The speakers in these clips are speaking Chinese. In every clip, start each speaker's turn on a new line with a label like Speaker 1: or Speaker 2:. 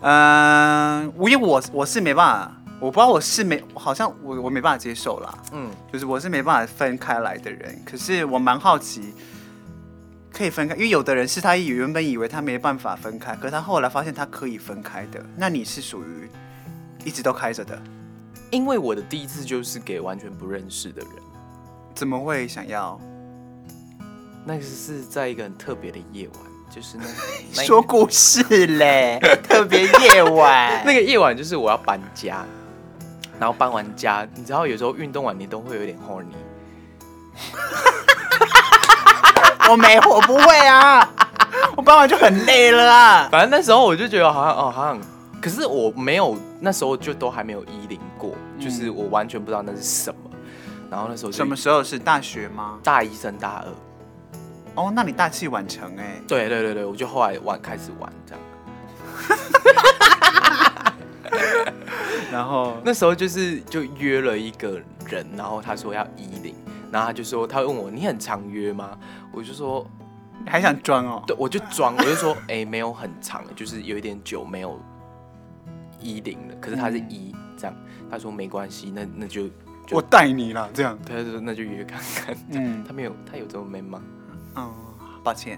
Speaker 1: 嗯、我因为我我是没办法，我不知道我是没，好像我我没办法接受啦，
Speaker 2: 嗯，
Speaker 1: 就是我是没办法分开来的人。可是我蛮好奇，可以分开，因为有的人是他原本以为他没办法分开，可是他后来发现他可以分开的。那你是属于一直都开着的，
Speaker 2: 因为我的第一次就是给完全不认识的人，
Speaker 1: 怎么会想要
Speaker 2: 那个是在一个很特别的夜晚，就是 那那一
Speaker 1: 说故事嘞？ 特别夜 晚，
Speaker 2: 那个夜晚就是我要搬家，然后搬完家，你知道有时候运动完你都会有点 horny，
Speaker 1: 我没，我不会啊，我搬完就很累了啊。
Speaker 2: 反正那时候我就觉得好像哦好像，可是我没有那时候就都还没有依零过，就是我完全不知道那是什么，然后那时候就
Speaker 1: 什么时候是大学吗？
Speaker 2: 大一升大二，
Speaker 1: 哦，那你大器晚成哎、
Speaker 2: 对对对对，我就后来玩开始玩这样，
Speaker 1: 然后
Speaker 2: 那时候就是就约了一个人，然后他说要依零，然后他就说他问我你很常约吗？我就说
Speaker 1: 你还想装哦？
Speaker 2: 对，我就装，我就说， 哎、没有很长，就是有一点久没有一零了，可是他是一、这样，他说没关系，那那就，就
Speaker 1: 我带你啦，这样。
Speaker 2: 他就说那就约看看，
Speaker 1: 嗯
Speaker 2: 他没有，他有这么 man 吗？
Speaker 1: 嗯，抱歉，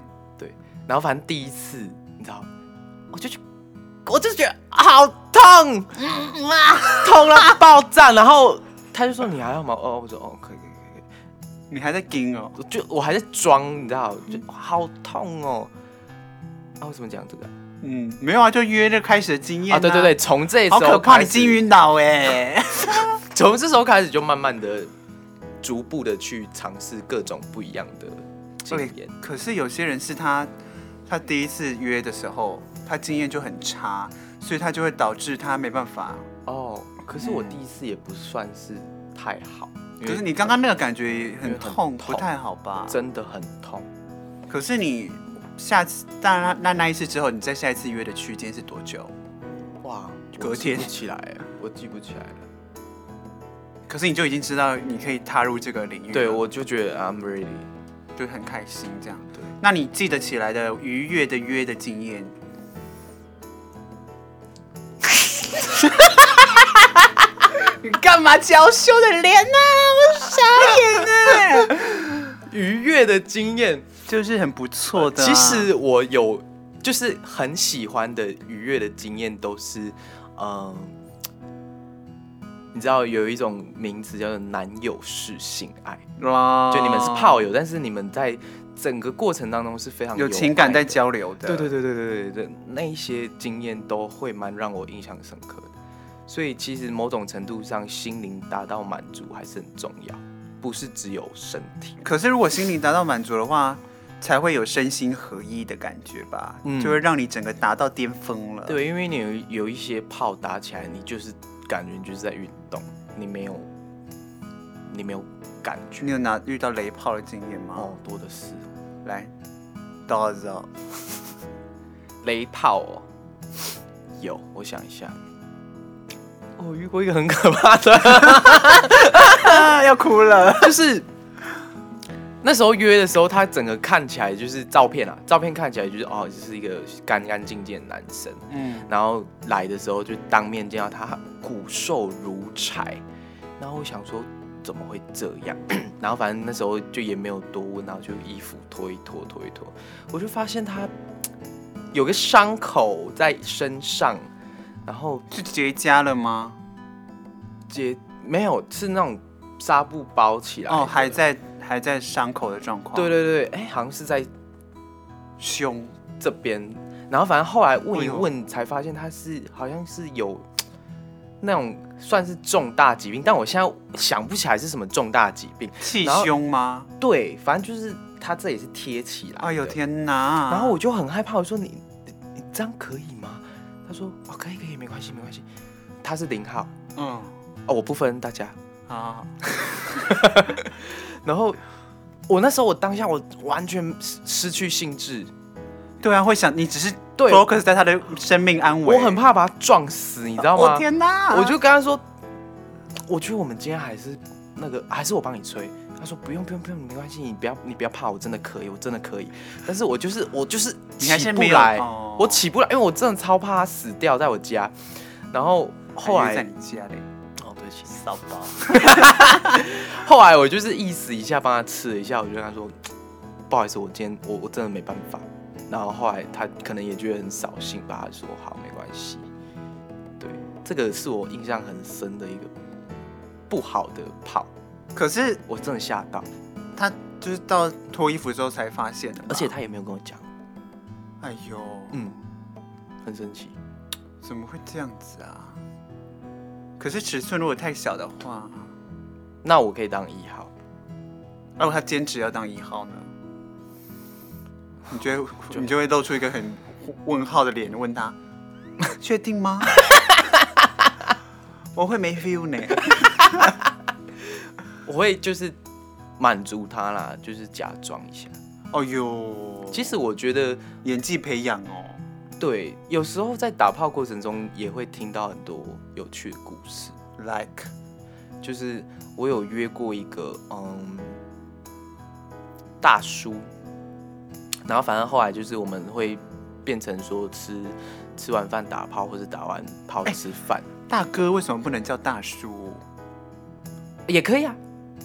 Speaker 2: 然后反正第一次，你知道，我就去，我就觉得好痛，痛到爆炸，然后他就说你还要吗？哦，我说哦，可以可以可以。
Speaker 1: 你还在盯哦？
Speaker 2: 我就我还在装，你知道，就好痛哦。啊，为什么讲这个啊？
Speaker 1: 嗯，没有啊，就约这开始的经验、
Speaker 2: 啊，对对对，，从这时
Speaker 1: 好
Speaker 2: 候
Speaker 1: 可怕，
Speaker 2: 开
Speaker 1: 你
Speaker 2: 始
Speaker 1: 金鱼脑哎、
Speaker 2: 从这时候开始，就慢慢的、逐步的去尝试各种不一样的经验。
Speaker 1: 可是有些人是他，他第一次约的时候，他经验就很差，所以他就会导致他没办法。
Speaker 2: 哦，可是我第一次也不算是太好，因
Speaker 1: 可
Speaker 2: 为
Speaker 1: 是你刚刚那个感觉也很痛，
Speaker 2: 因为很
Speaker 1: 不
Speaker 2: 痛
Speaker 1: 太好吧？
Speaker 2: 真的很痛。
Speaker 1: 可是你下次，但那那那一次之后，你在下一次约的区间是多久？
Speaker 2: 哇，我
Speaker 1: 隔天
Speaker 2: 记不起来，我记不起来了。
Speaker 1: 可是你就已经知道你可以踏入这个领域了，
Speaker 2: 对，啊我就觉得 I'm ready。
Speaker 1: 就很开心这样。
Speaker 2: 对，
Speaker 1: 那你记得起来的愉悦的约的经验，你干嘛娇羞的脸呢、啊？我傻眼呢、
Speaker 2: 愉悦的经验，
Speaker 1: 就是很不错的啊、
Speaker 2: 其实我有，就是很喜欢的愉悦的经验都是，嗯。你知道有一种名词叫做男友式性爱，
Speaker 1: 哇，
Speaker 2: 就你们是炮友，但是你们在整个过程当中是非常
Speaker 1: 有
Speaker 2: 爱
Speaker 1: 情感在
Speaker 2: 的。
Speaker 1: 交流的，
Speaker 2: 对对对对对对对，那一些经验都会蛮让我印象深刻的。所以其实某种程度上，心灵达到满足还是很重要，不是只有身体。
Speaker 1: 可是如果心灵达到满足的话，才会有身心合一的感觉吧，
Speaker 2: 嗯
Speaker 1: 就会让你整个达到巅峰了。，
Speaker 2: 对，因为你有有一些炮打起来，你就是感觉你就是在运动，你没有，你没有感
Speaker 1: 你
Speaker 2: 觉。
Speaker 1: 有拿遇到雷炮的经验吗？
Speaker 2: 哦，多的是
Speaker 1: 来，哦到时候
Speaker 2: 雷炮哦，有，我想一下，哦我遇过一个很可怕的。
Speaker 1: 啊，要哭了。
Speaker 2: 就是那时候约的时候，他整个看起来就是照片啊，照片看起来就是哦，就是一个干干净净的男生。
Speaker 1: 嗯，
Speaker 2: 然后来的时候就当面见到他骨瘦如柴，然后我想说怎么会这样？ 然后反正那时候就也没有多问，然后就衣服脱一脱，脱一脱，我就发现他有个伤口在身上，然后
Speaker 1: 是结痂了吗？
Speaker 2: 结没有是那种纱布包起来
Speaker 1: 哦，
Speaker 2: 的
Speaker 1: 还在还在伤口的状况。
Speaker 2: 对，对对，哎、好像是在
Speaker 1: 胸
Speaker 2: 这边，然后反正后来问
Speaker 1: 哎
Speaker 2: 一
Speaker 1: 呦
Speaker 2: 问，才发现他是好像是有那种算是重大疾病，但我现在想不起来是什么重大疾病。
Speaker 1: 气
Speaker 2: 然后
Speaker 1: 胸吗？
Speaker 2: 对，反正就是他这也是贴起来。
Speaker 1: 哎呦！天哪！
Speaker 2: 然后我就很害怕，我说你你你这样可以吗？他说哦可以可以，没关系没关系。他是零号
Speaker 1: 嗯，
Speaker 2: 哦，我不分大家。啊
Speaker 1: 好，
Speaker 2: 然后我那时候我当下我完全失失去兴致，
Speaker 1: 对啊，会想你只是
Speaker 2: 对
Speaker 1: focus 在他的生命安危。
Speaker 2: 我很怕把他撞死，你知道吗？
Speaker 1: 我哦天哪！
Speaker 2: 我就跟他说，我觉得我们今天还是那个，还是我帮你吹他说不用不用不用，没关系，你不要你不要怕，我真的可以，我真的可以。但是我就是我就是
Speaker 1: 你还
Speaker 2: 起
Speaker 1: 是
Speaker 2: 不
Speaker 1: 没有
Speaker 2: 来，
Speaker 1: 哦
Speaker 2: 我起不来，因为我真的超怕他死掉在我家。然后后
Speaker 1: 还以为在
Speaker 2: 来
Speaker 1: 你家嘞，
Speaker 2: 哦对不起，
Speaker 1: 骚包。
Speaker 2: 后来我就是意思一下帮他吃了一下，我就跟他说不好意思，我今天我我真的没办法。然后后来他可能也觉得很扫兴吧，他说好没关系。对，这个是我印象很深的一个不好的泡，
Speaker 1: 可是
Speaker 2: 我真的吓到，
Speaker 1: 他就是到脱衣服之后才发现的吧，
Speaker 2: 而且他也没有跟我讲，
Speaker 1: 哎呦，
Speaker 2: 嗯，很神奇。
Speaker 1: 怎么会这样子啊？可是尺寸如果太小的话，
Speaker 2: 那我可以当一号，
Speaker 1: 如果他坚持要当一号呢？你就会
Speaker 2: 就
Speaker 1: 你就会露出一个很问号的脸，问他确定 吗？我会没 feel 呢。
Speaker 2: 我会就是满足他啦，就是假装一下。
Speaker 1: 哦呦，
Speaker 2: 其实我觉得
Speaker 1: 演技培养哦，
Speaker 2: 对，有时候在打炮过程中也会听到很多有趣的故事。
Speaker 1: like
Speaker 2: 就是我有约过一个嗯大叔，然后反正后来就是我们会变成说吃吃完饭打炮，或是打完炮吃饭、
Speaker 1: 大哥为什么不能叫大叔？
Speaker 2: 也可以啊，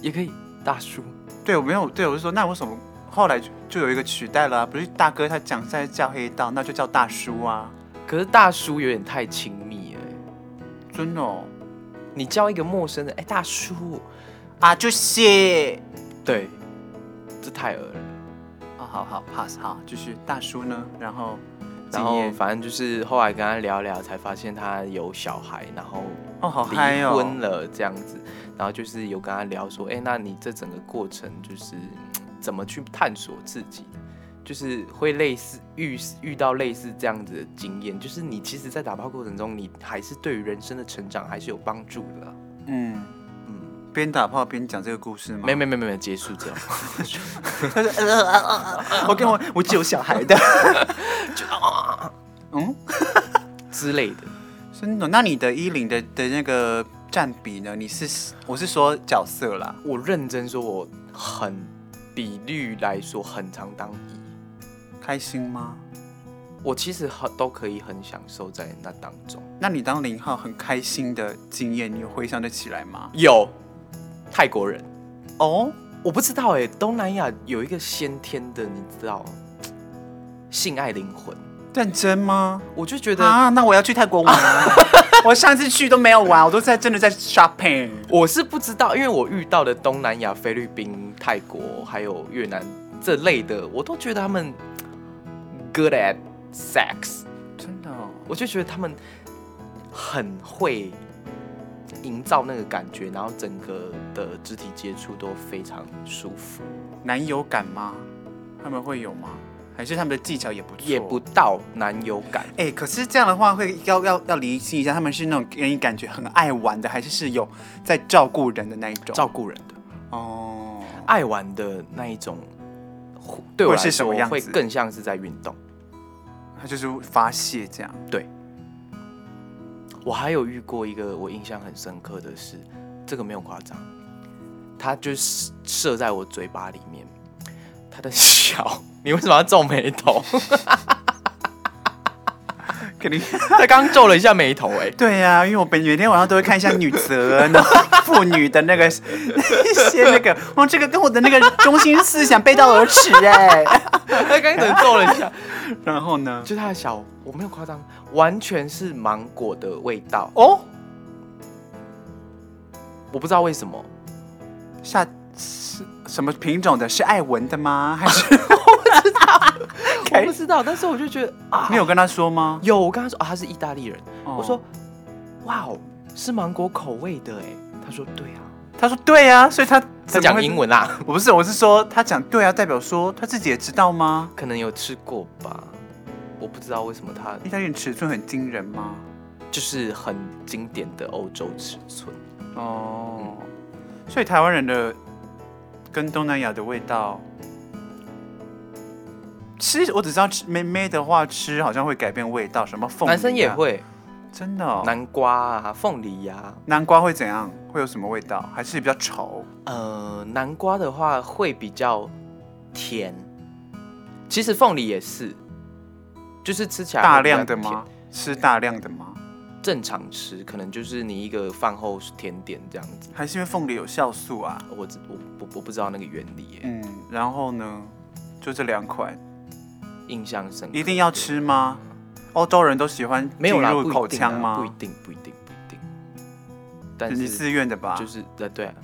Speaker 2: 也可以大叔。
Speaker 1: 对，我没有，对我是说，那为什么后来就就有一个取代了、啊？不是大哥他讲在叫黑道，那就叫大叔啊，
Speaker 2: 可是大叔有点太亲密了欸、
Speaker 1: 真的、哦、
Speaker 2: 你叫一个陌生人，哎、大叔，
Speaker 1: 啊，就是
Speaker 2: 对，这太恶了。
Speaker 1: 啊，好好 pass 好，就是大叔呢，然后
Speaker 2: 然后反正就是后来跟他聊聊，才发现他有小孩，然后
Speaker 1: 哦好嗨
Speaker 2: 离
Speaker 1: 哦，
Speaker 2: 婚了这样子，然后就是有跟他聊说，哎、那你这整个过程就是嗯怎么去探索自己的，就是会类似遇遇到类似这样子的经验，就是你其实，在打炮过程中，你还是对于人生的成长还是有帮助的啊、
Speaker 1: 嗯，
Speaker 2: 嗯，
Speaker 1: 边打炮边讲这个故事吗？
Speaker 2: 没没没没没结束 这样，
Speaker 1: 他说呃呃呃呃，我跟我我只有小孩的，嗯，
Speaker 2: 之类的。
Speaker 1: 真的？那你的衣领的的那个占比呢？你是我是说角色啦，
Speaker 2: 我认真说，我很比率来说很常当一，
Speaker 1: 开心吗？
Speaker 2: 我其实很都可以很享受在那当中。
Speaker 1: 那你当零号很开心的经验，你有回想得起来吗？
Speaker 2: 有泰国人。
Speaker 1: 哦，
Speaker 2: 我不知道哎、东南亚有一个先天的，你知道，性爱灵魂。
Speaker 1: 认真吗？
Speaker 2: 我就觉得
Speaker 1: 啊，那我要去泰国玩。我上次去都没有玩，我都在真的在 shopping。
Speaker 2: 我是不知道，因为我遇到的东南亚、菲律宾、泰国还有越南这类的，我都觉得他们 good at sex，
Speaker 1: 真的、哦，
Speaker 2: 我就觉得他们很会营造那个感觉，然后整个的肢体接触都非常舒服，
Speaker 1: 男友感吗？他们会有吗？还是他们的技巧也不错？
Speaker 2: 也不。到男友感。
Speaker 1: 哎、可是这样的话会要要要厘清一下，他们是那种给你感觉很爱玩的，还是是有在照顾人的那一种？
Speaker 2: 照顾人的。
Speaker 1: 哦，
Speaker 2: 爱玩的那一种，对我来
Speaker 1: 会是什
Speaker 2: 说
Speaker 1: 么样子
Speaker 2: 会更像是在运动。
Speaker 1: 他就是发泄这样。
Speaker 2: 我还有遇过一个我印象很深刻的是，这个没有夸张，它就是射在我嘴巴里面，它的小， 你为什么要皱眉 头？
Speaker 1: 肯定。
Speaker 2: 他刚皱了一下眉头、哎，
Speaker 1: 对呀、因为我每每天晚上都会看一下女则，然后 妇女的那个 那些那个，哇，这个跟我的那个中心思想背道而驰哎、
Speaker 2: 他刚才皱了一下，
Speaker 1: 然后呢？
Speaker 2: 就他的小，我没有夸张，完全是芒果的味道，
Speaker 1: 哦，
Speaker 2: 我不知道为什么，
Speaker 1: 下是什么品种的？是爱闻的吗？还 是，
Speaker 2: 我不知道，但是我就觉得啊
Speaker 1: 你有跟他说吗？
Speaker 2: 有，我跟他说啊，他是意大利人。
Speaker 1: 哦
Speaker 2: 我说，哇哦，是芒果口味的哎。他说对啊，
Speaker 1: 他说对啊，所以他
Speaker 2: 他讲英
Speaker 1: 文，
Speaker 2: 文啊啦，
Speaker 1: 我不是，我是说他讲对啊，代表说他自己也知道吗？
Speaker 2: 可能有吃过吧，我不知道为什么他
Speaker 1: 意大利人尺寸很惊人吗？
Speaker 2: 就是很经典的欧洲尺寸。嗯
Speaker 1: 哦，所以台湾人的跟东南亚的味道，吃我只知道吃妹妹的话吃好像会改变味道，什么凤、啊、
Speaker 2: 男生也会，
Speaker 1: 真的、哦。南
Speaker 2: 南瓜啊、凤梨呀、
Speaker 1: 南瓜会怎样？会有什么味道？还是比较稠？
Speaker 2: 呃，南瓜的话会比较甜，其实凤梨也是，就是吃起来
Speaker 1: 大
Speaker 2: 会比较
Speaker 1: 量的
Speaker 2: 甜
Speaker 1: 吗？吃大量的吗？
Speaker 2: 正常吃可能就是你一个饭后甜点这样子。
Speaker 1: 还是因为凤梨有酵素啊？
Speaker 2: 我只我我我不知道那个原理耶，
Speaker 1: 嗯，然后呢，就这两款，
Speaker 2: 印象深刻。
Speaker 1: 嗯一定要吃吗？欧洲人都喜欢
Speaker 2: 没有
Speaker 1: 进
Speaker 2: 啦，
Speaker 1: 入
Speaker 2: 不
Speaker 1: 口
Speaker 2: 一定
Speaker 1: 腔
Speaker 2: 啊，
Speaker 1: 吗？
Speaker 2: 不一定，不一定，不一定。但
Speaker 1: 你
Speaker 2: 是
Speaker 1: 自愿的吧？
Speaker 2: 就是呃对啊，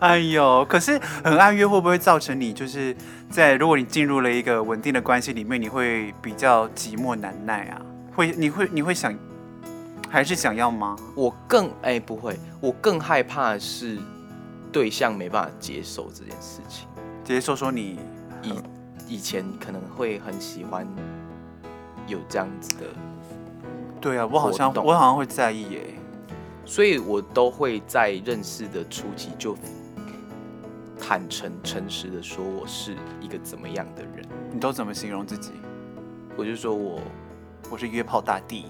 Speaker 1: 哎呦，可是很爱约会不会造成你就是在如果你进入了一个稳定的关系里面，你会比较寂寞难耐啊？会，你会你会想，还是想要吗？
Speaker 2: 我更哎、不会，我更害怕的是对象没办法接受这件事情。
Speaker 1: 直接说说你嗯
Speaker 2: 以以前可能会很喜欢有这样子的，
Speaker 1: 对啊，我好像
Speaker 2: 活动
Speaker 1: 我好像会在意耶。
Speaker 2: 所以我都会在认识的初期就坦诚诚实的说我是一个怎么样的人，
Speaker 1: 你都怎么形容自己？
Speaker 2: 我就说我
Speaker 1: 我是约炮大帝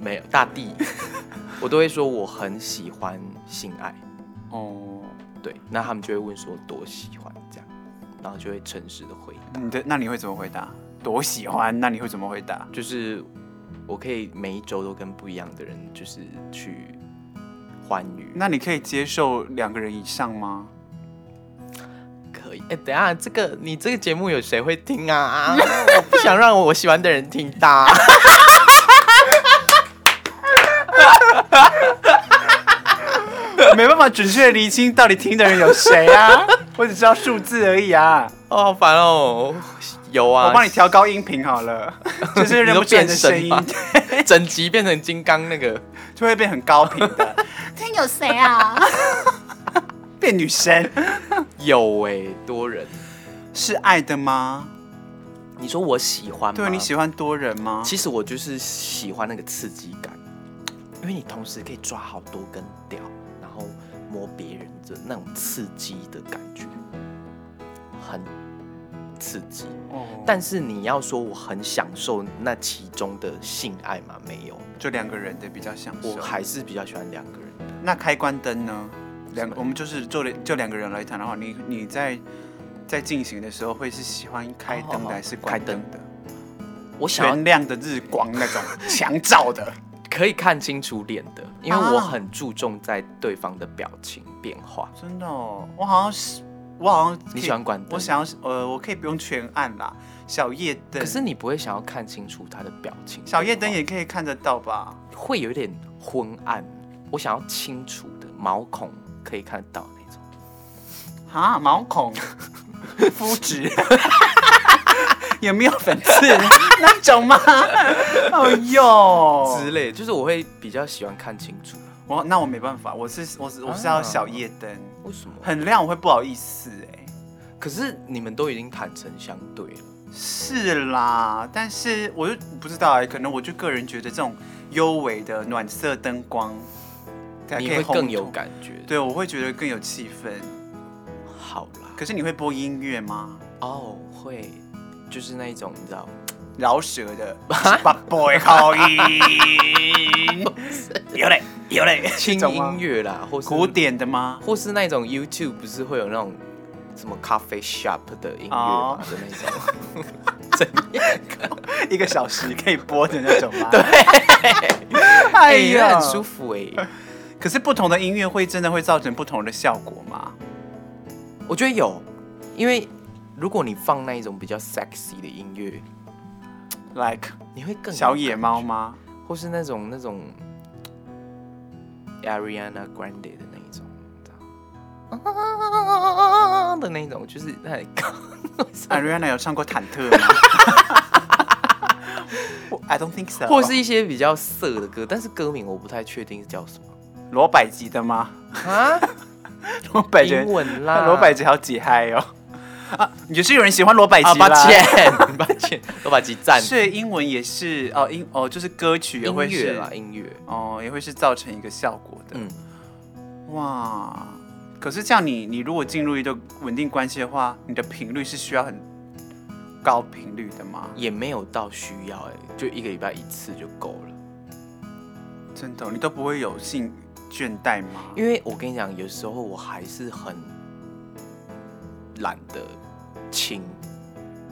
Speaker 2: 没有大地， 我都会说我很喜欢性爱，
Speaker 1: 哦。
Speaker 2: 对，那他们就会问说多喜欢这样，然后就会诚实的回答，
Speaker 1: 嗯你的那你会怎么回答？多喜欢？那你会怎么回答？
Speaker 2: 就是我可以每一周都跟不一样的人就是去欢愉。
Speaker 1: 那你可以接受两个人以上吗？
Speaker 2: 可以，哎、等一下这个你这个节目有谁会听啊？我不想让我喜欢的人听到。
Speaker 1: 没办法准确地厘清到底听的人有谁啊， 我只知道数字而已啊。
Speaker 2: 哦，好烦哦。有啊，
Speaker 1: 我帮你 调高音频好了，就是认不出来的声音
Speaker 2: 你都变 整集变成金刚那个。
Speaker 1: 就会变很高频的，
Speaker 3: 听有谁啊？
Speaker 1: 变女神
Speaker 2: 有哎、多人。
Speaker 1: 是爱的吗？
Speaker 2: 你说我喜欢吗？
Speaker 1: 对，你喜欢多人吗？
Speaker 2: 啊其实我就是喜欢那个刺激感，因为你同时可以抓好多根屌，然后摸别人的那种刺激的感觉，很刺激。
Speaker 1: 哦
Speaker 2: 但是你要说我很享受那其中的性爱吗？没有，
Speaker 1: 就两个人的比较享受
Speaker 2: 我。还是比较喜欢两个人的。
Speaker 1: 那开关灯呢？两
Speaker 2: 什么
Speaker 1: 我们就是就就两个人来谈的话，你你在在进行的时候会是喜欢开
Speaker 2: 好
Speaker 1: 灯
Speaker 2: 好
Speaker 1: 的
Speaker 2: 好
Speaker 1: 还是关灯的？
Speaker 2: 我想
Speaker 1: 全
Speaker 2: 要
Speaker 1: 亮的日光那 种强照的。
Speaker 2: 可以看清楚脸的，因为
Speaker 1: 啊
Speaker 2: 我很注重在对方的表情变化。
Speaker 1: 真的、哦，我好像是，我好像可以
Speaker 2: 你喜欢关灯
Speaker 1: 我想要是呃，我可以不用全暗啦，小夜灯。
Speaker 2: 可是你不会想要看清楚他的表情变化，
Speaker 1: 小夜灯也可以看得到吧？
Speaker 2: 会有一点昏暗。我想要清楚的毛孔可以看得到那种。
Speaker 1: 啊，毛 孔、肤质， 有没有粉刺 那种吗？哦
Speaker 2: 之
Speaker 1: 哟，
Speaker 2: 类，就是我会比较喜欢看清楚。
Speaker 1: 我那我没办法，我是我是我是要
Speaker 2: 啊
Speaker 1: 小夜灯，
Speaker 2: 为什么？
Speaker 1: 很亮我会不好意思哎、
Speaker 2: 可是你们都已经坦诚相对了，
Speaker 1: 是啦，但是我就不知道哎、可能我就个人觉得这种幽微的暖色灯光，才
Speaker 2: 你
Speaker 1: 可以
Speaker 2: 会更
Speaker 1: 烘
Speaker 2: 有
Speaker 1: 托
Speaker 2: 感觉。
Speaker 1: 对，我会觉得更有气氛。
Speaker 2: 好啦，
Speaker 1: 可是你会播音乐吗？
Speaker 2: 哦，会，就是那一种，你知道，
Speaker 1: 饶舌的
Speaker 2: 啊
Speaker 1: 八 boy 口 音，有嘞有嘞，
Speaker 2: 轻
Speaker 1: 这种吗
Speaker 2: 音乐啦，或是
Speaker 1: 古，典的吗？
Speaker 2: 或是那种 YouTube 不是会有那种什么咖啡 shop 的音乐
Speaker 1: 哦
Speaker 2: 嘛的那种，怎样？
Speaker 1: 一个小时可以播的那种吗？
Speaker 2: 对，
Speaker 1: 哎
Speaker 2: 哎呀，
Speaker 1: 呀，
Speaker 2: 很舒。服哎、
Speaker 1: 可是不同的音乐会真的会造成不同的效果吗？
Speaker 2: 我觉得有，因为如果你放那一种比较 sexy 的音乐，
Speaker 1: ？Like
Speaker 2: 你会更有
Speaker 1: 小野
Speaker 2: 感
Speaker 1: 猫
Speaker 2: 觉，
Speaker 1: 吗？
Speaker 2: 或是那种那种 Ariana Grande 的那一种，你知道啊的那一种，就是很高。
Speaker 1: Ariana 有唱过忐忑吗 我？I don't think so。
Speaker 2: 或是一些比较色的歌，但是歌名我不太确定是叫什么
Speaker 1: 罗百吉的吗？
Speaker 2: 啊，
Speaker 1: 罗百吉，
Speaker 2: 英文 啦，
Speaker 1: 罗百吉好解嗨哦。啊，也是有人喜欢罗百
Speaker 2: 啊，
Speaker 1: 吉
Speaker 2: 抱
Speaker 1: 啦。
Speaker 2: 歉，抱歉，罗百吉赞
Speaker 1: 是英文也是哦，英哦就是歌曲也
Speaker 2: 音
Speaker 1: 会
Speaker 2: 乐
Speaker 1: 是
Speaker 2: 啦，音乐，
Speaker 1: 哦也会是造成一个效果的。
Speaker 2: 嗯，
Speaker 1: 哇，可是这样你你如果进入一个稳定关系的话，你的频率是需要很高频率的吗？
Speaker 2: 也没有到需要哎、就一个礼拜一次就够了。
Speaker 1: 真的哦，你都不会有性倦怠吗？
Speaker 2: 因为我跟你讲，有时候我还是很懒得清，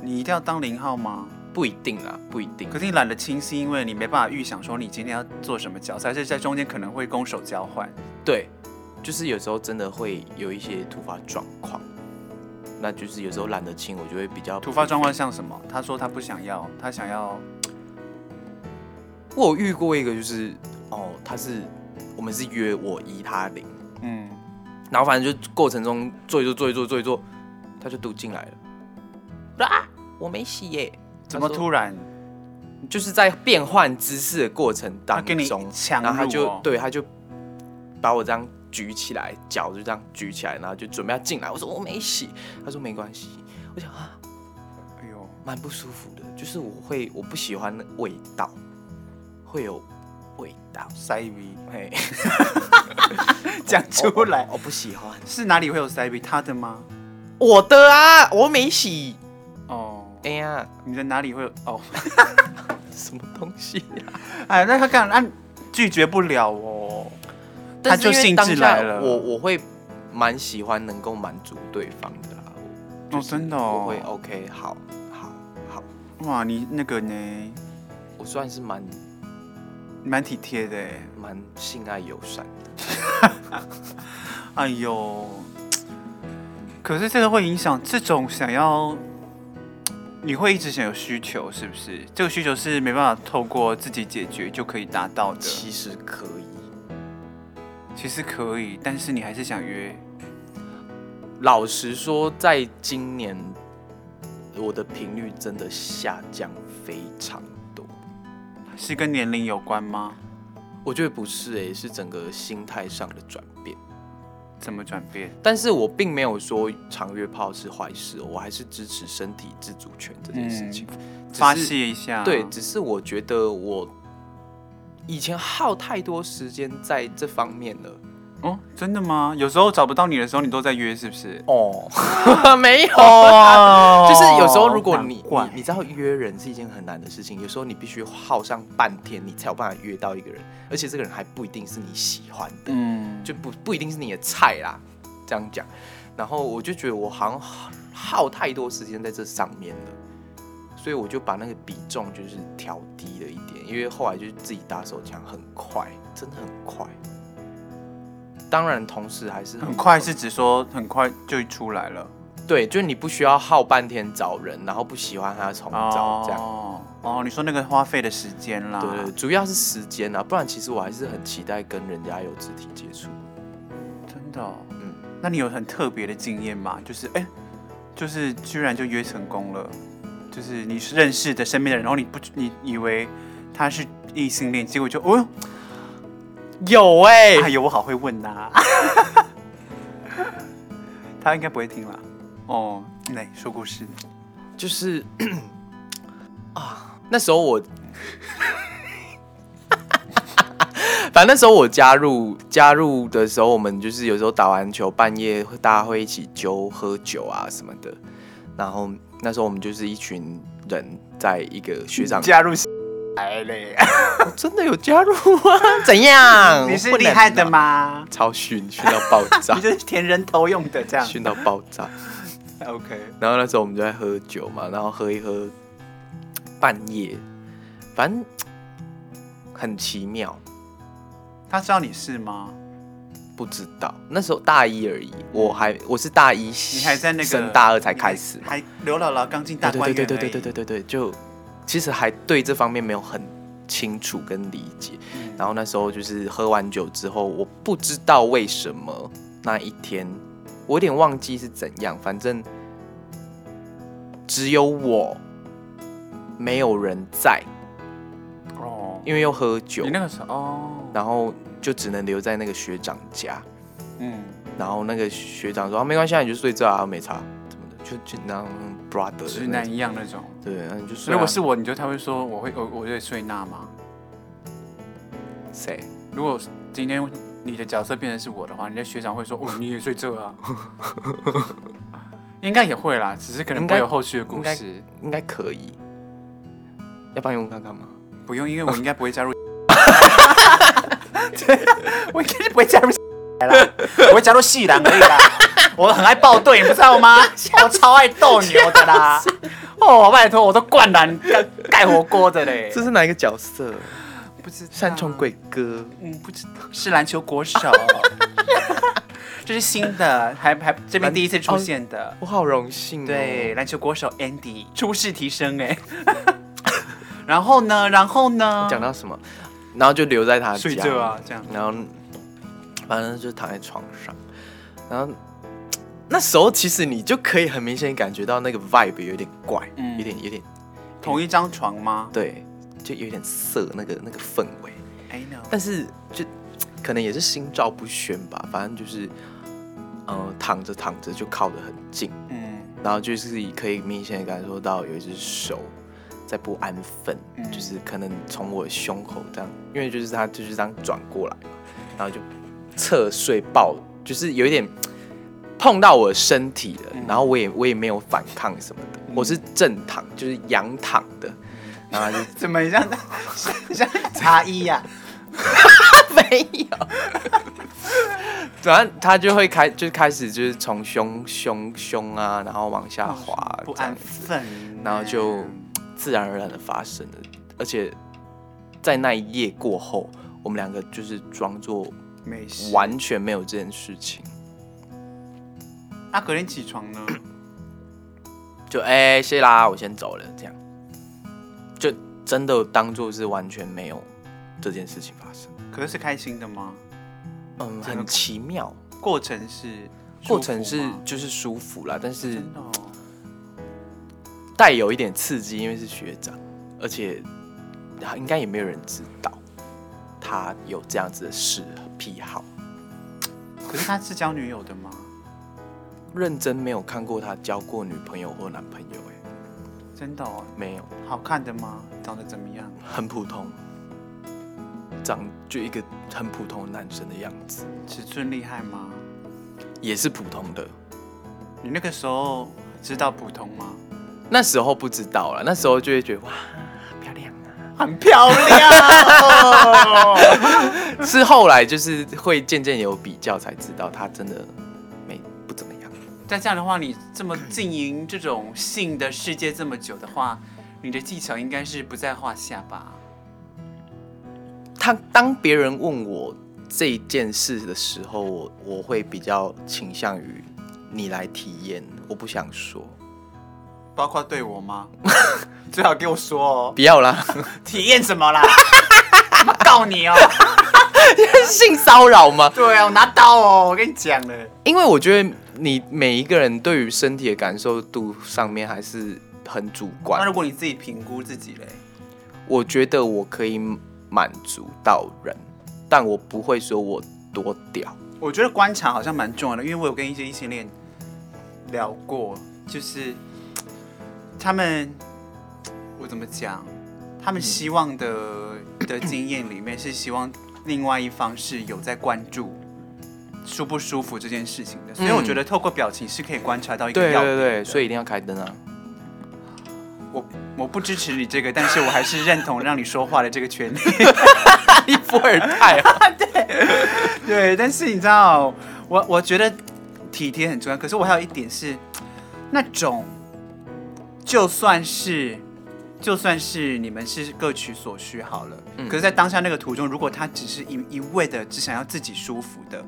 Speaker 1: 你一定要当零号吗？
Speaker 2: 不一定啊，不一定
Speaker 1: 可。是你懒得清，是因为你没办法预想说你今天要做什么角色，还是在中间可能会攻守交换。
Speaker 2: 对，就是有时候真的会有一些突发状况，那就是有时候懒得清，我就会比较
Speaker 1: 突发状况。像什么？他说他不想要，他想要
Speaker 2: 我有遇过一个，就是哦，他是我们是约我一他零，
Speaker 1: 嗯，
Speaker 2: 然后反正就过程中做一做做一做做一做，他就读进来了，啊，我没洗耶，
Speaker 1: 怎么
Speaker 2: 他说
Speaker 1: 突然？
Speaker 2: 就是在变换姿势的过程
Speaker 1: 他
Speaker 2: 当
Speaker 1: 给你
Speaker 2: 中，
Speaker 1: 强入、
Speaker 2: 然
Speaker 1: 哦、
Speaker 2: 后他就对他就把我这样举起来，脚就这样举起来，然后就准备要进来，我说我没洗，他说没关系，我想啊，
Speaker 1: 哎呦，
Speaker 2: 蛮不舒服的，就是我会我不喜欢那味道，会有味道，
Speaker 1: 塞 鼻
Speaker 2: 嘿。
Speaker 1: 讲 出来、
Speaker 2: 我不喜欢
Speaker 1: 是哪里会有塞鼻？他的吗？
Speaker 2: 我的啊，我没洗。
Speaker 1: 哦，
Speaker 2: 哎呀，
Speaker 1: 你的哪里会有？ 哦，
Speaker 2: 什么东西呀、
Speaker 1: 哎，那他干按拒绝不了哦。他
Speaker 2: 但是
Speaker 1: 就
Speaker 2: 因为
Speaker 1: 兴
Speaker 2: 当
Speaker 1: 致
Speaker 2: 下
Speaker 1: 来了
Speaker 2: 我我会蛮喜欢能够满足对方的啦。我
Speaker 1: 哦
Speaker 2: 就是
Speaker 1: 真的哦
Speaker 2: 我会 OK，好，好，好，
Speaker 1: 哇，你那个呢，
Speaker 2: 我算是蛮
Speaker 1: 蛮体贴的哎。
Speaker 2: 蛮性爱友善的。
Speaker 1: 哎呦，可是这个会影响这种想要，你会一直想有需求，是不是？这个需求是没办法透过自己解决就可以达到的。
Speaker 2: 其实可以，
Speaker 1: 其实可以，但是你还是想约。
Speaker 2: 老实说，在今年我的频率真的下降非常多。
Speaker 1: 是跟年龄有关吗？
Speaker 2: 我觉得不是诶、是整个心态上的转变。
Speaker 1: 怎么转变？
Speaker 2: 但是我并没有说长约炮是坏事哦，我还是支持身体自主权这件事情。只是
Speaker 1: 嗯发泄一下。
Speaker 2: 对，只是我觉得我以前耗太多时间在这方面了。
Speaker 1: 哦，真的吗？有时候找不到你的时候，你都在约，是不 是？
Speaker 2: 哦，没有。
Speaker 1: 哦
Speaker 2: 就是有时候，如果你
Speaker 1: 难怪
Speaker 2: 你你知道约人是一件很难的事情，有时候你必须耗上半天，你才有办法约到一个人，而且这个人还不一定是你喜欢的。
Speaker 1: 嗯，
Speaker 2: 就不不一定是你的菜啦，这样讲。然后我就觉得我好像耗耗太多时间在这上面了，所以我就把那个比重就是调低了一点，因为后来就是自己打手枪很快，真的很快。当然，同时还是
Speaker 1: 很快是指说很快就出来了。
Speaker 2: 对，就是你不需要耗半天找人，然后不喜欢他重找这样。
Speaker 1: 哦哦，你说那个花费的时间啦。
Speaker 2: 对对，对主要是时间啊，不然其实我还是很期待跟人家有肢体接触。
Speaker 1: 真的、哦，
Speaker 2: 嗯
Speaker 1: 嗯，那你有很特别的经验吗？就是哎、就是居然就约成功了，就是你认识的身边的人，然后你不你以为他是异性恋，结果就哦，
Speaker 2: 有哎
Speaker 1: 哎呦，我好会问呐、 他应该不会听啦。哦，来说故事，
Speaker 2: 就是啊，那时候我， 反正那时候我加入加入的时候，我们就是有时候打完球半夜会大家会一起揪喝酒啊什么的，然后那时候我们就是一群人在一个学长，哦
Speaker 1: 加入来嘞，
Speaker 2: 我真的有加入啊？怎 样？
Speaker 1: 你是
Speaker 2: 我不
Speaker 1: 厉
Speaker 2: 能
Speaker 1: 害的
Speaker 2: 啊？
Speaker 1: 吗？
Speaker 2: 超逊逊到爆 炸
Speaker 1: 你，就是填人头用的 这样
Speaker 2: 逊到爆炸。
Speaker 1: ，OK，
Speaker 2: 然后那时候我们就在喝酒嘛，然后喝一喝，半夜，反正很奇妙，
Speaker 1: 他知道你是吗？
Speaker 2: 不知道那时候大一而已，我还我是大一，
Speaker 1: 你还在那个
Speaker 2: 升大二才开始嘛，
Speaker 1: 还刘姥姥刚进大观园
Speaker 2: 对对对对对
Speaker 1: 而
Speaker 2: 对
Speaker 1: 已，
Speaker 2: 对对对，就其实还对这方面没有很清楚跟理解。
Speaker 1: 嗯
Speaker 2: 然后那时候就是喝完酒之后，我不知道为什么那一天，我有点忘记是怎样，反正只有我，没有人在，
Speaker 1: 哦，
Speaker 2: 因为又喝酒
Speaker 1: 你，那个时候哦，
Speaker 2: 然后就只能留在那个学长家。
Speaker 1: 嗯，
Speaker 2: 然后那个学长说、啊、没关系啊，你就睡这啊，没差，怎么的，就就那样 brother 的
Speaker 1: 直
Speaker 2: 那
Speaker 1: 男
Speaker 2: 种
Speaker 1: 一样那种。
Speaker 2: 对，那你就睡、啊。
Speaker 1: 如果是我，你就他会说我会我我会睡那吗？
Speaker 2: 谁？
Speaker 1: 如果今天 你的角色变成是我的话，你的学长会说哦你也睡这啊，应该也会啦，只是可能
Speaker 2: 应
Speaker 1: 不会
Speaker 2: 该
Speaker 1: 有后续的故
Speaker 2: 应该
Speaker 1: 事。
Speaker 2: 应该可以。要帮你问看看吗？
Speaker 1: 不用，因为我应该不会加入。 对，我应该是不会加入啦，我会加入戏篮而已啦。我很爱爆队，你不知道 吗？我超爱斗牛的啦。哦，拜托，我都灌篮盖盖火锅的嘞。
Speaker 2: 这是哪一个角色？
Speaker 1: 不知道
Speaker 2: 山重贵哥。
Speaker 1: 嗯，不知道是篮球国 手，这是新的，还还这边
Speaker 2: 篮
Speaker 1: 第一次出现的。
Speaker 2: 我好荣幸、哦。
Speaker 1: 对，篮球国手 Andy 初试提升哎、 然后呢，然后呢，
Speaker 2: 讲到什么，然后就留在他家
Speaker 1: 睡着啊，这样。
Speaker 2: 然后反正就躺在床上，然后那时候其实你就可以很明显感觉到那个 vibe 有点怪，
Speaker 1: 嗯
Speaker 2: 有点有点
Speaker 1: 同一张床吗
Speaker 2: 对，就有点涩那个那个氛围，
Speaker 1: ？I know。
Speaker 2: 但是就可能也是心照不宣吧，反正就是呃躺着躺着就靠得很近，
Speaker 1: 嗯，
Speaker 2: 然后就是可以明显地感受到有一只手在不安分，
Speaker 1: 嗯
Speaker 2: 就是可能从我胸口这样，因为就是它就是这样转过来嘛，然后就侧睡抱，就是有一点碰到我身体了，然后我也我也没有反抗什么的，我是正躺，就是仰躺的，然后它就
Speaker 1: 怎么很像 很像啊茶衣呀、
Speaker 2: 没有。然后他就会开，就开始就是从胸胸胸啊，然后往下滑，
Speaker 1: 哦不
Speaker 2: 这样
Speaker 1: 安分，
Speaker 2: 然后就自然而然的发生了，而且在那一夜过后，我们两个就是装作
Speaker 1: 没事。
Speaker 2: 完全没有这件事情，
Speaker 1: 那隔天起床呢？
Speaker 2: 就哎、谢啦，我先走了，这样，就真的当做是完全没有这件事情发生，
Speaker 1: 可是是开心的吗？
Speaker 2: 嗯，
Speaker 1: 真的
Speaker 2: 很奇妙，
Speaker 1: 过程是
Speaker 2: 过程
Speaker 1: 舒
Speaker 2: 是
Speaker 1: 服吗
Speaker 2: 就是舒服啦，但是
Speaker 1: 真的哦
Speaker 2: 带有一点刺激，因为是学长，而且应该也没有人知道他有这样子的嗜癖好。
Speaker 1: 可是他是交女友的吗？
Speaker 2: 认真没有看过他交过女朋友或男朋友、欸，
Speaker 1: 真的哦，
Speaker 2: 没有，
Speaker 1: 好看的吗？长得怎么样？
Speaker 2: 很普通，长就一个很普通的男生的样子，
Speaker 1: 尺寸厉害吗？
Speaker 2: 也是普通的。
Speaker 1: 你那个时候知道普通吗？
Speaker 2: 那时候不知道了，那时候就会觉得哇，漂亮啊。
Speaker 1: 很漂亮，
Speaker 2: 是后来就是会渐渐有比较才知道，他真的没不怎么样。
Speaker 1: 但这样的话，你这么经营这种性的世界这么久的话，你的技巧应该是不在话下吧？
Speaker 2: 他当别人问我这件事的时候，我我会比较倾向于你来体验，我不想说，
Speaker 1: 包括对我吗？ 最好给我说哦，
Speaker 2: 不要啦，
Speaker 1: 体验什么啦？ 告你哦！
Speaker 2: 性骚扰吗？
Speaker 1: 对啊，我拿刀哦！我跟你讲了，
Speaker 2: 因为我觉得你每一个人对于身体的感受度上面还是很主
Speaker 1: 那
Speaker 2: 观
Speaker 1: 如。果你自己评估自己嘞，
Speaker 2: 我觉得我可以满足到人，但我不会说我多屌。
Speaker 1: 我觉得观察好像蛮重要的，因为我有跟一些异性恋聊过，就是他们我怎么讲，他们希望的、的经验里面是希望另外一方是有在关注舒不舒服这件事情的，所以我觉得透过表情是可以观察到一个
Speaker 2: 嗯对
Speaker 1: 要
Speaker 2: 对
Speaker 1: 点
Speaker 2: 对，
Speaker 1: 的。
Speaker 2: 所以一定要开灯 啊！
Speaker 1: 我我不支持你这个，但是我还是认同让你说话的这个权利。
Speaker 2: 一伏尔泰、 啊，
Speaker 1: 对，但是你知道，我我觉得体贴很重要。可是我还有一点是，那种就算是就算是你们是各取所需好了，
Speaker 2: 嗯
Speaker 1: 可是，在当下那个途中，如果他只是一一味的只想要自己舒服的，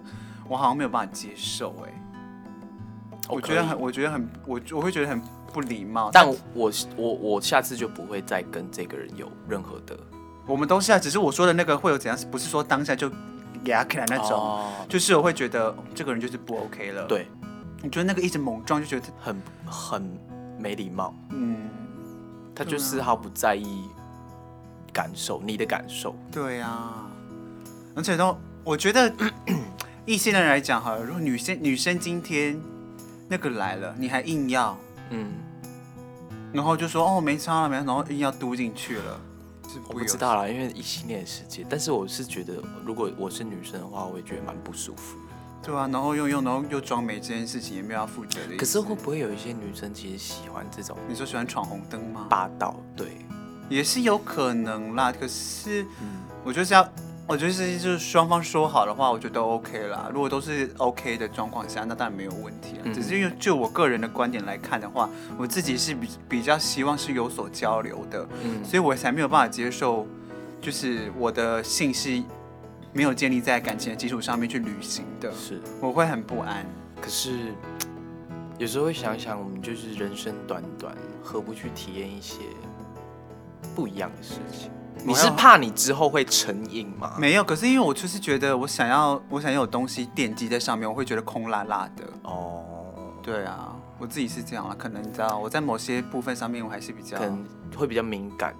Speaker 1: 我好像没有办法接受、哎，我觉得很，我觉得很，我我会觉得很不礼貌。
Speaker 2: 哦但我我我下次就不会再跟这个人有任何的
Speaker 1: 我们都是啊，只是我说的那个会有怎样，不是说当下就给他看那种，
Speaker 2: 哦
Speaker 1: 就是我会觉得哦这个人就是不 OK 了。，
Speaker 2: 对，
Speaker 1: 你觉得那个一直猛撞，就觉得
Speaker 2: 很很没礼貌，
Speaker 1: 嗯，
Speaker 2: 他就丝毫不在意感受你的感受。
Speaker 1: 对啊，而且都我觉 得异性恋来讲好了，如果女生女生今天那个来了，你还硬要，
Speaker 2: 嗯，
Speaker 1: 然后就说哦没差了没差，然后硬要嘟进去了，是
Speaker 2: 我
Speaker 1: 有
Speaker 2: 不知道啦，因为异性恋的世界，但是我是觉得，如果我是女生的话，我也觉得蛮不舒服的。
Speaker 1: 对啊，然后又用，然后又装没这件事情也没有要负责的意思。
Speaker 2: 可是会不会有一些女生其实喜欢这种
Speaker 1: 你说喜欢闯红灯吗？
Speaker 2: 霸道？对，
Speaker 1: 也是有可能啦。可是
Speaker 2: 嗯，
Speaker 1: 我觉得是要，我觉得是就是双方说好的话，我觉得都 OK 啦。如果都是 OK 的状况下，那当然没有问题啊。
Speaker 2: 嗯
Speaker 1: 只是因为就我个人的观点来看的话，我自己是比比较希望是有所交流的，
Speaker 2: 嗯，
Speaker 1: 所以我才没有办法接受，就是我的性是没有建立在感情的基础上面去履行的，
Speaker 2: 是。
Speaker 1: 我会很不安。
Speaker 2: 可是有时候会想想，我们就是人生短短，何不去体验一些不一样的事情？你是怕你之后会成瘾吗？
Speaker 1: 没有，可是因为我就是觉得我想要，我想要有东西奠基在上面，我会觉得空落落的。
Speaker 2: 哦，
Speaker 1: 对啊，我自己是这样啊，可能你知道，我在某些部分上面我还是比较
Speaker 2: 可，能会比较敏感。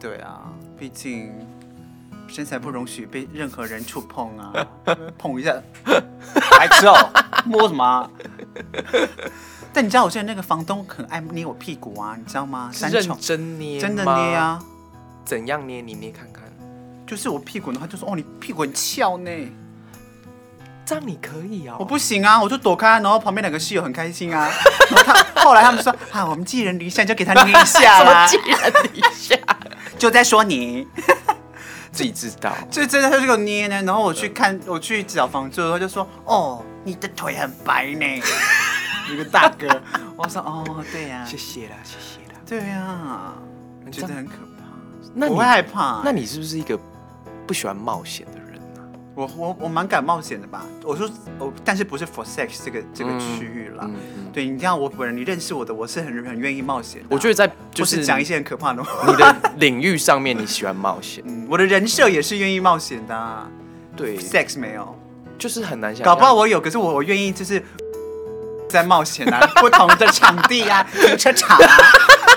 Speaker 1: 对啊，毕竟身材不容许被任何人触碰啊， 碰一下，白痴哦，摸什么啊、但你知道我现在那个房东很爱捏我屁股啊，你知道吗？
Speaker 2: 是
Speaker 1: 三
Speaker 2: 认
Speaker 1: 重
Speaker 2: 真捏，
Speaker 1: 真的捏！啊，
Speaker 2: 怎样捏？你捏看看，
Speaker 1: 就是我屁股的话，就说哦你屁股很翘呢，
Speaker 2: 哦这样你可以啊、
Speaker 1: 我不行啊，我就躲开，然后旁边两个室友很开心啊，然后他后来他们说啊我们寄人篱下你就给他捏一下
Speaker 2: 什
Speaker 1: 啦
Speaker 2: 么，寄人篱 下？
Speaker 1: 就在说你。
Speaker 2: 自己知道。
Speaker 1: 就真的他就给我捏
Speaker 2: 嗯
Speaker 1: 呢，然后我去看，我去找房租的时候就说，哦，你的腿很白 呢，一个大哥，我说哦，对呀、
Speaker 2: 谢谢啦，谢谢啦。
Speaker 1: 对呀、啊，我觉得
Speaker 2: 这样
Speaker 1: 很可
Speaker 2: 那
Speaker 1: 怕，
Speaker 2: 你
Speaker 1: 我会害怕、
Speaker 2: 那你是不是一个不喜欢冒险的人呢、
Speaker 1: 我我我蛮敢冒险的吧？我说我，但是不是 for sex 这个这个区域啦。
Speaker 2: 嗯嗯
Speaker 1: 对，你看我本人，你认识我的，我是很很愿意冒险的啊、
Speaker 2: 我觉得在就
Speaker 1: 不
Speaker 2: 是
Speaker 1: 是讲一些很可怕的话。。
Speaker 2: 你的领域上面，你喜欢冒险
Speaker 1: 嗯，我的人设也是愿意冒险的啊、
Speaker 2: 对，
Speaker 1: sex 没有。
Speaker 2: 就是很难想象。
Speaker 1: 搞不好我有，可是我我愿意就是 在冒险啊， 不同的场地啊，停车场啊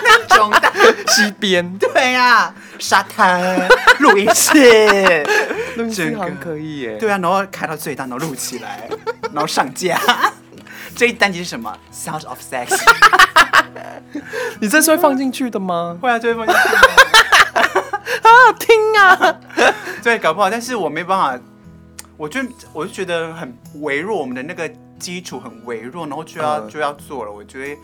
Speaker 1: 那种的，
Speaker 2: 西边
Speaker 1: 对啊，沙滩、录音室，
Speaker 2: 录音
Speaker 1: 整
Speaker 2: 室
Speaker 1: 个
Speaker 2: 好像可以耶。
Speaker 1: 对啊，然后开到最大，然后录起来，然后上架。 这一单集是什么？Sound of Sex。
Speaker 2: 你这是会放进去的吗？
Speaker 1: 会啊，就会放进去。
Speaker 2: 啊，听啊！
Speaker 1: 对，搞不好，但是我没办法，我就我就觉得很微弱，我们的那个基础很微弱，然后就要、
Speaker 2: 嗯
Speaker 1: 就要做了，我觉得，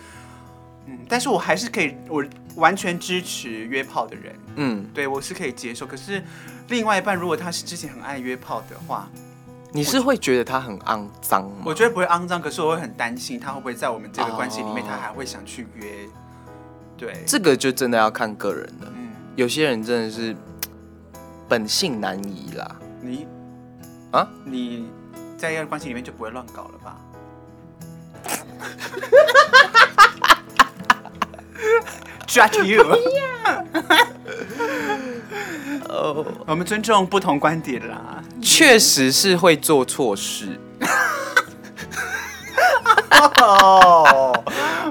Speaker 1: 嗯，但是我还是可以，我完全支持约炮的人，
Speaker 2: 嗯，
Speaker 1: 对我是可以接受。可是另外一半，如果他是之前很爱约炮的话，
Speaker 2: 你是会觉得它很肮脏吗？
Speaker 1: 我觉得不会肮脏，可是我会很担心他会不会在我们这个关系里面，
Speaker 2: 哦
Speaker 1: 他还会想去约，对，
Speaker 2: 这个就真的要看个人了。
Speaker 1: 嗯，
Speaker 2: 有些人真的是本性难移啦。
Speaker 1: 你
Speaker 2: 啊，
Speaker 1: 你在一个关系里面就不会乱搞了吧？Judge you，
Speaker 2: 哦，
Speaker 1: 我们尊重不同观点啦。
Speaker 2: 确实是会做错事，
Speaker 1: 哦，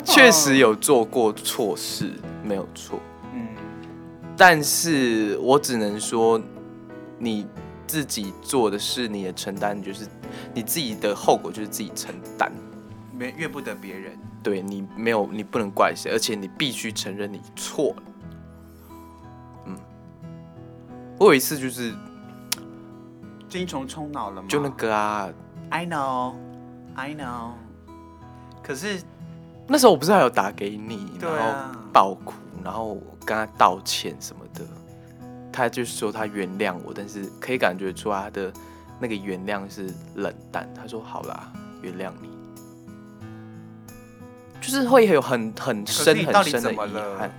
Speaker 2: 确实有做过错事，没有错。
Speaker 1: 嗯，
Speaker 2: 但是我只能说，你自己做的事，你的承担就是你自己的后果，就是自己承担。
Speaker 1: 没怨不得别人。
Speaker 2: 对你没有，你不能怪谁，而且你必须承认你错了。嗯，我有一次就是
Speaker 1: 精虫充脑了吗？
Speaker 2: 就那个啊，
Speaker 1: I know, I know。可是
Speaker 2: 那时候我不是还有打给你，
Speaker 1: 对
Speaker 2: 然
Speaker 1: 啊
Speaker 2: 后爆哭，然后我跟他道歉什么的，他就说他原谅我，但是可以感觉出他的那个原谅是冷淡。他说好啦，原谅你，就是会有很很
Speaker 1: 可
Speaker 2: 深
Speaker 1: 是你到
Speaker 2: 很
Speaker 1: 底
Speaker 2: 深的
Speaker 1: 怎
Speaker 2: 遗
Speaker 1: 么了
Speaker 2: 憾。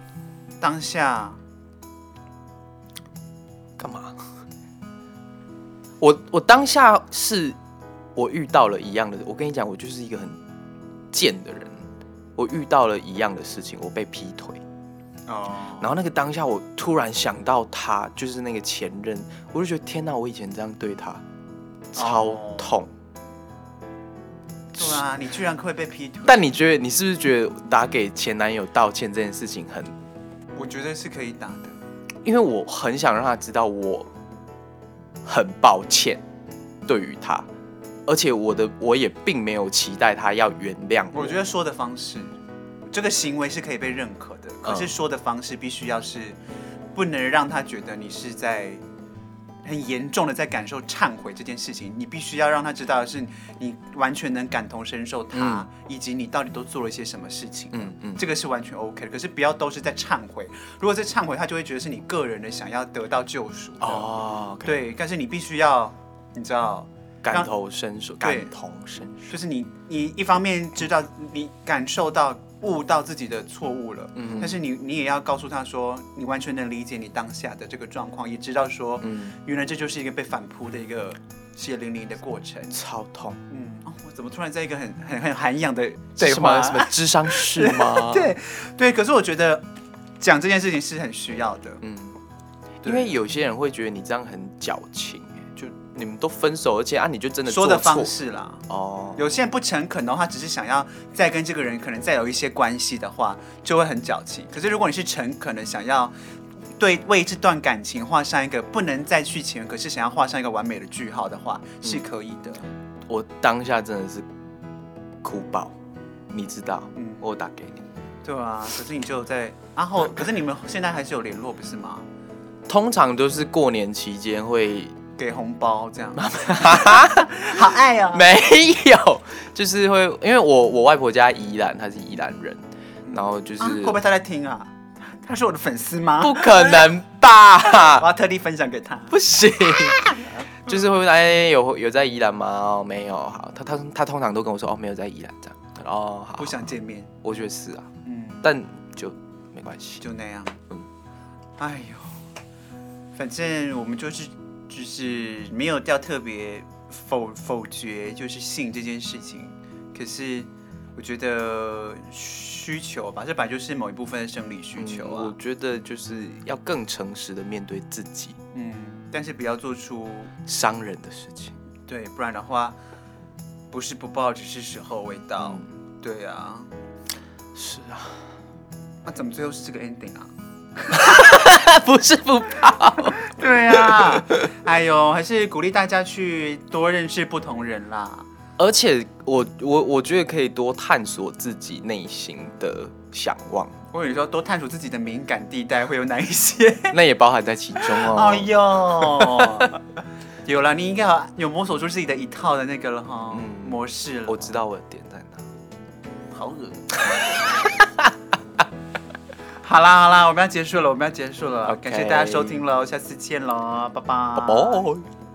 Speaker 1: 当下
Speaker 2: 干嘛？我我当下是我遇到了一样的，我跟你讲，我就是一个很贱的人，我遇到了一样的事情，我被劈腿。
Speaker 1: 哦，
Speaker 2: 然后那个当下，我突然想到他，就是那个前任，我就觉得天哪，我以前这样对他，超
Speaker 1: 哦
Speaker 2: 痛。
Speaker 1: 对啊，你居然会被劈腿，
Speaker 2: 但你觉得，你是不是觉得打给前男友道歉这件事情很？
Speaker 1: 我觉得是可以打的。
Speaker 2: 因为我很想让他知道我很抱歉对于他，而且我的我也并没有期待他要原谅我。
Speaker 1: 我觉得说的方式，这个行为是可以被认可的，可是说的方式必须要是不能让他觉得你是在很严重的在感受忏悔这件事情，你必须要让他知道的是，你完全能感同身受他，以及你到底都做了些什么事情。
Speaker 2: 嗯嗯，
Speaker 1: 这个是完全 OK 的，可是不要都是在忏悔。如果在忏悔，他就会觉得是你个人的想要得到救赎的。
Speaker 2: 哦，对，
Speaker 1: 对，但是你必须要，你知道，
Speaker 2: 感同身受，
Speaker 1: 对
Speaker 2: 感同身受，
Speaker 1: 就是你，你一方面知道你感受到悟到自己的错误了，
Speaker 2: 嗯
Speaker 1: 但是你你也要告诉他说，你完全能理解你当下的这个状况，也知道说，
Speaker 2: 嗯，
Speaker 1: 原来这就是一个被反扑的一个血淋淋的过程。
Speaker 2: 超痛。
Speaker 1: 嗯，哦，我怎么突然在一个很很很涵养的对
Speaker 2: 什么
Speaker 1: 话？
Speaker 2: 什么智商是 吗？，
Speaker 1: 对对，可是我觉得讲这件事情是很需要的，
Speaker 2: 嗯，
Speaker 1: 对
Speaker 2: 因为有些人会觉得你这样很矫情，哎就你们都分手，而且啊，你就真的
Speaker 1: 说
Speaker 2: 做
Speaker 1: 的方
Speaker 2: 错
Speaker 1: 式啦。
Speaker 2: 哦，
Speaker 1: 有些人不诚恳的话，只是想要再跟这个人可能再有一些关系的话，就会很矫情。可是如果你是诚恳的，想要对为这段感情画上一个不能再续前，可是想要画上一个完美的句号的话，是可以的。
Speaker 2: 我当下真的是哭爆，你知道，
Speaker 1: 嗯
Speaker 2: 我有打给你。
Speaker 1: 对啊，可是你就在然后，可是你们现在还是有联络不是吗？
Speaker 2: 通常都是过年期间会
Speaker 1: 给红包这样，好爱哦。
Speaker 2: 没有，就是会因为我我外婆家宜兰，她是宜兰人，然后就是、
Speaker 1: 啊会不会他在听啊？他是我的粉丝吗？
Speaker 2: 不可能
Speaker 1: 我
Speaker 2: 吧，
Speaker 1: 要特地分享给他。
Speaker 2: 不行。就是会问哎，有有在宜兰吗？哦，没有。好，他他他通常都跟我说哦，没有在宜兰这样。哦，好，
Speaker 1: 不想见面，
Speaker 2: 我觉得是啊，
Speaker 1: 嗯。
Speaker 2: 但就没关系。
Speaker 1: 就那样
Speaker 2: 嗯。
Speaker 1: 哎呦，反正我们就是就是没有掉特别否否决，就是性这件事情。可是我觉得需求吧，这本来就是某一部分的生理需求
Speaker 2: 嗯我
Speaker 1: 啊。
Speaker 2: 觉得就是要更诚实的面对自己
Speaker 1: 嗯，但是不要做出
Speaker 2: 伤人的事情。
Speaker 1: 对，不然的话不是不报，只是时候未到。
Speaker 2: 嗯
Speaker 1: 对啊，
Speaker 2: 是啊，
Speaker 1: 那、怎么最后是这个 ending 啊？
Speaker 2: 不是不
Speaker 1: 对啊， 哎呦，还是鼓励大家去多认识不同人啦。
Speaker 2: 而且我我我觉得可以多探索自己内心的想 望，
Speaker 1: 我有时候多探索自己的敏感地带会有哪一些？
Speaker 2: 那也包含在其中哦。
Speaker 1: 哎呦， 有了，你应该有啊有摸索出自己的一套的那个了哈、
Speaker 2: 嗯
Speaker 1: 模式了。
Speaker 2: 我知道我的点在哪。
Speaker 1: 好恶。 好啦好啦，我们要结束了，我们要结束了
Speaker 2: OK
Speaker 1: 感谢大家收听喽，下次见喽，拜拜。
Speaker 2: 拜拜。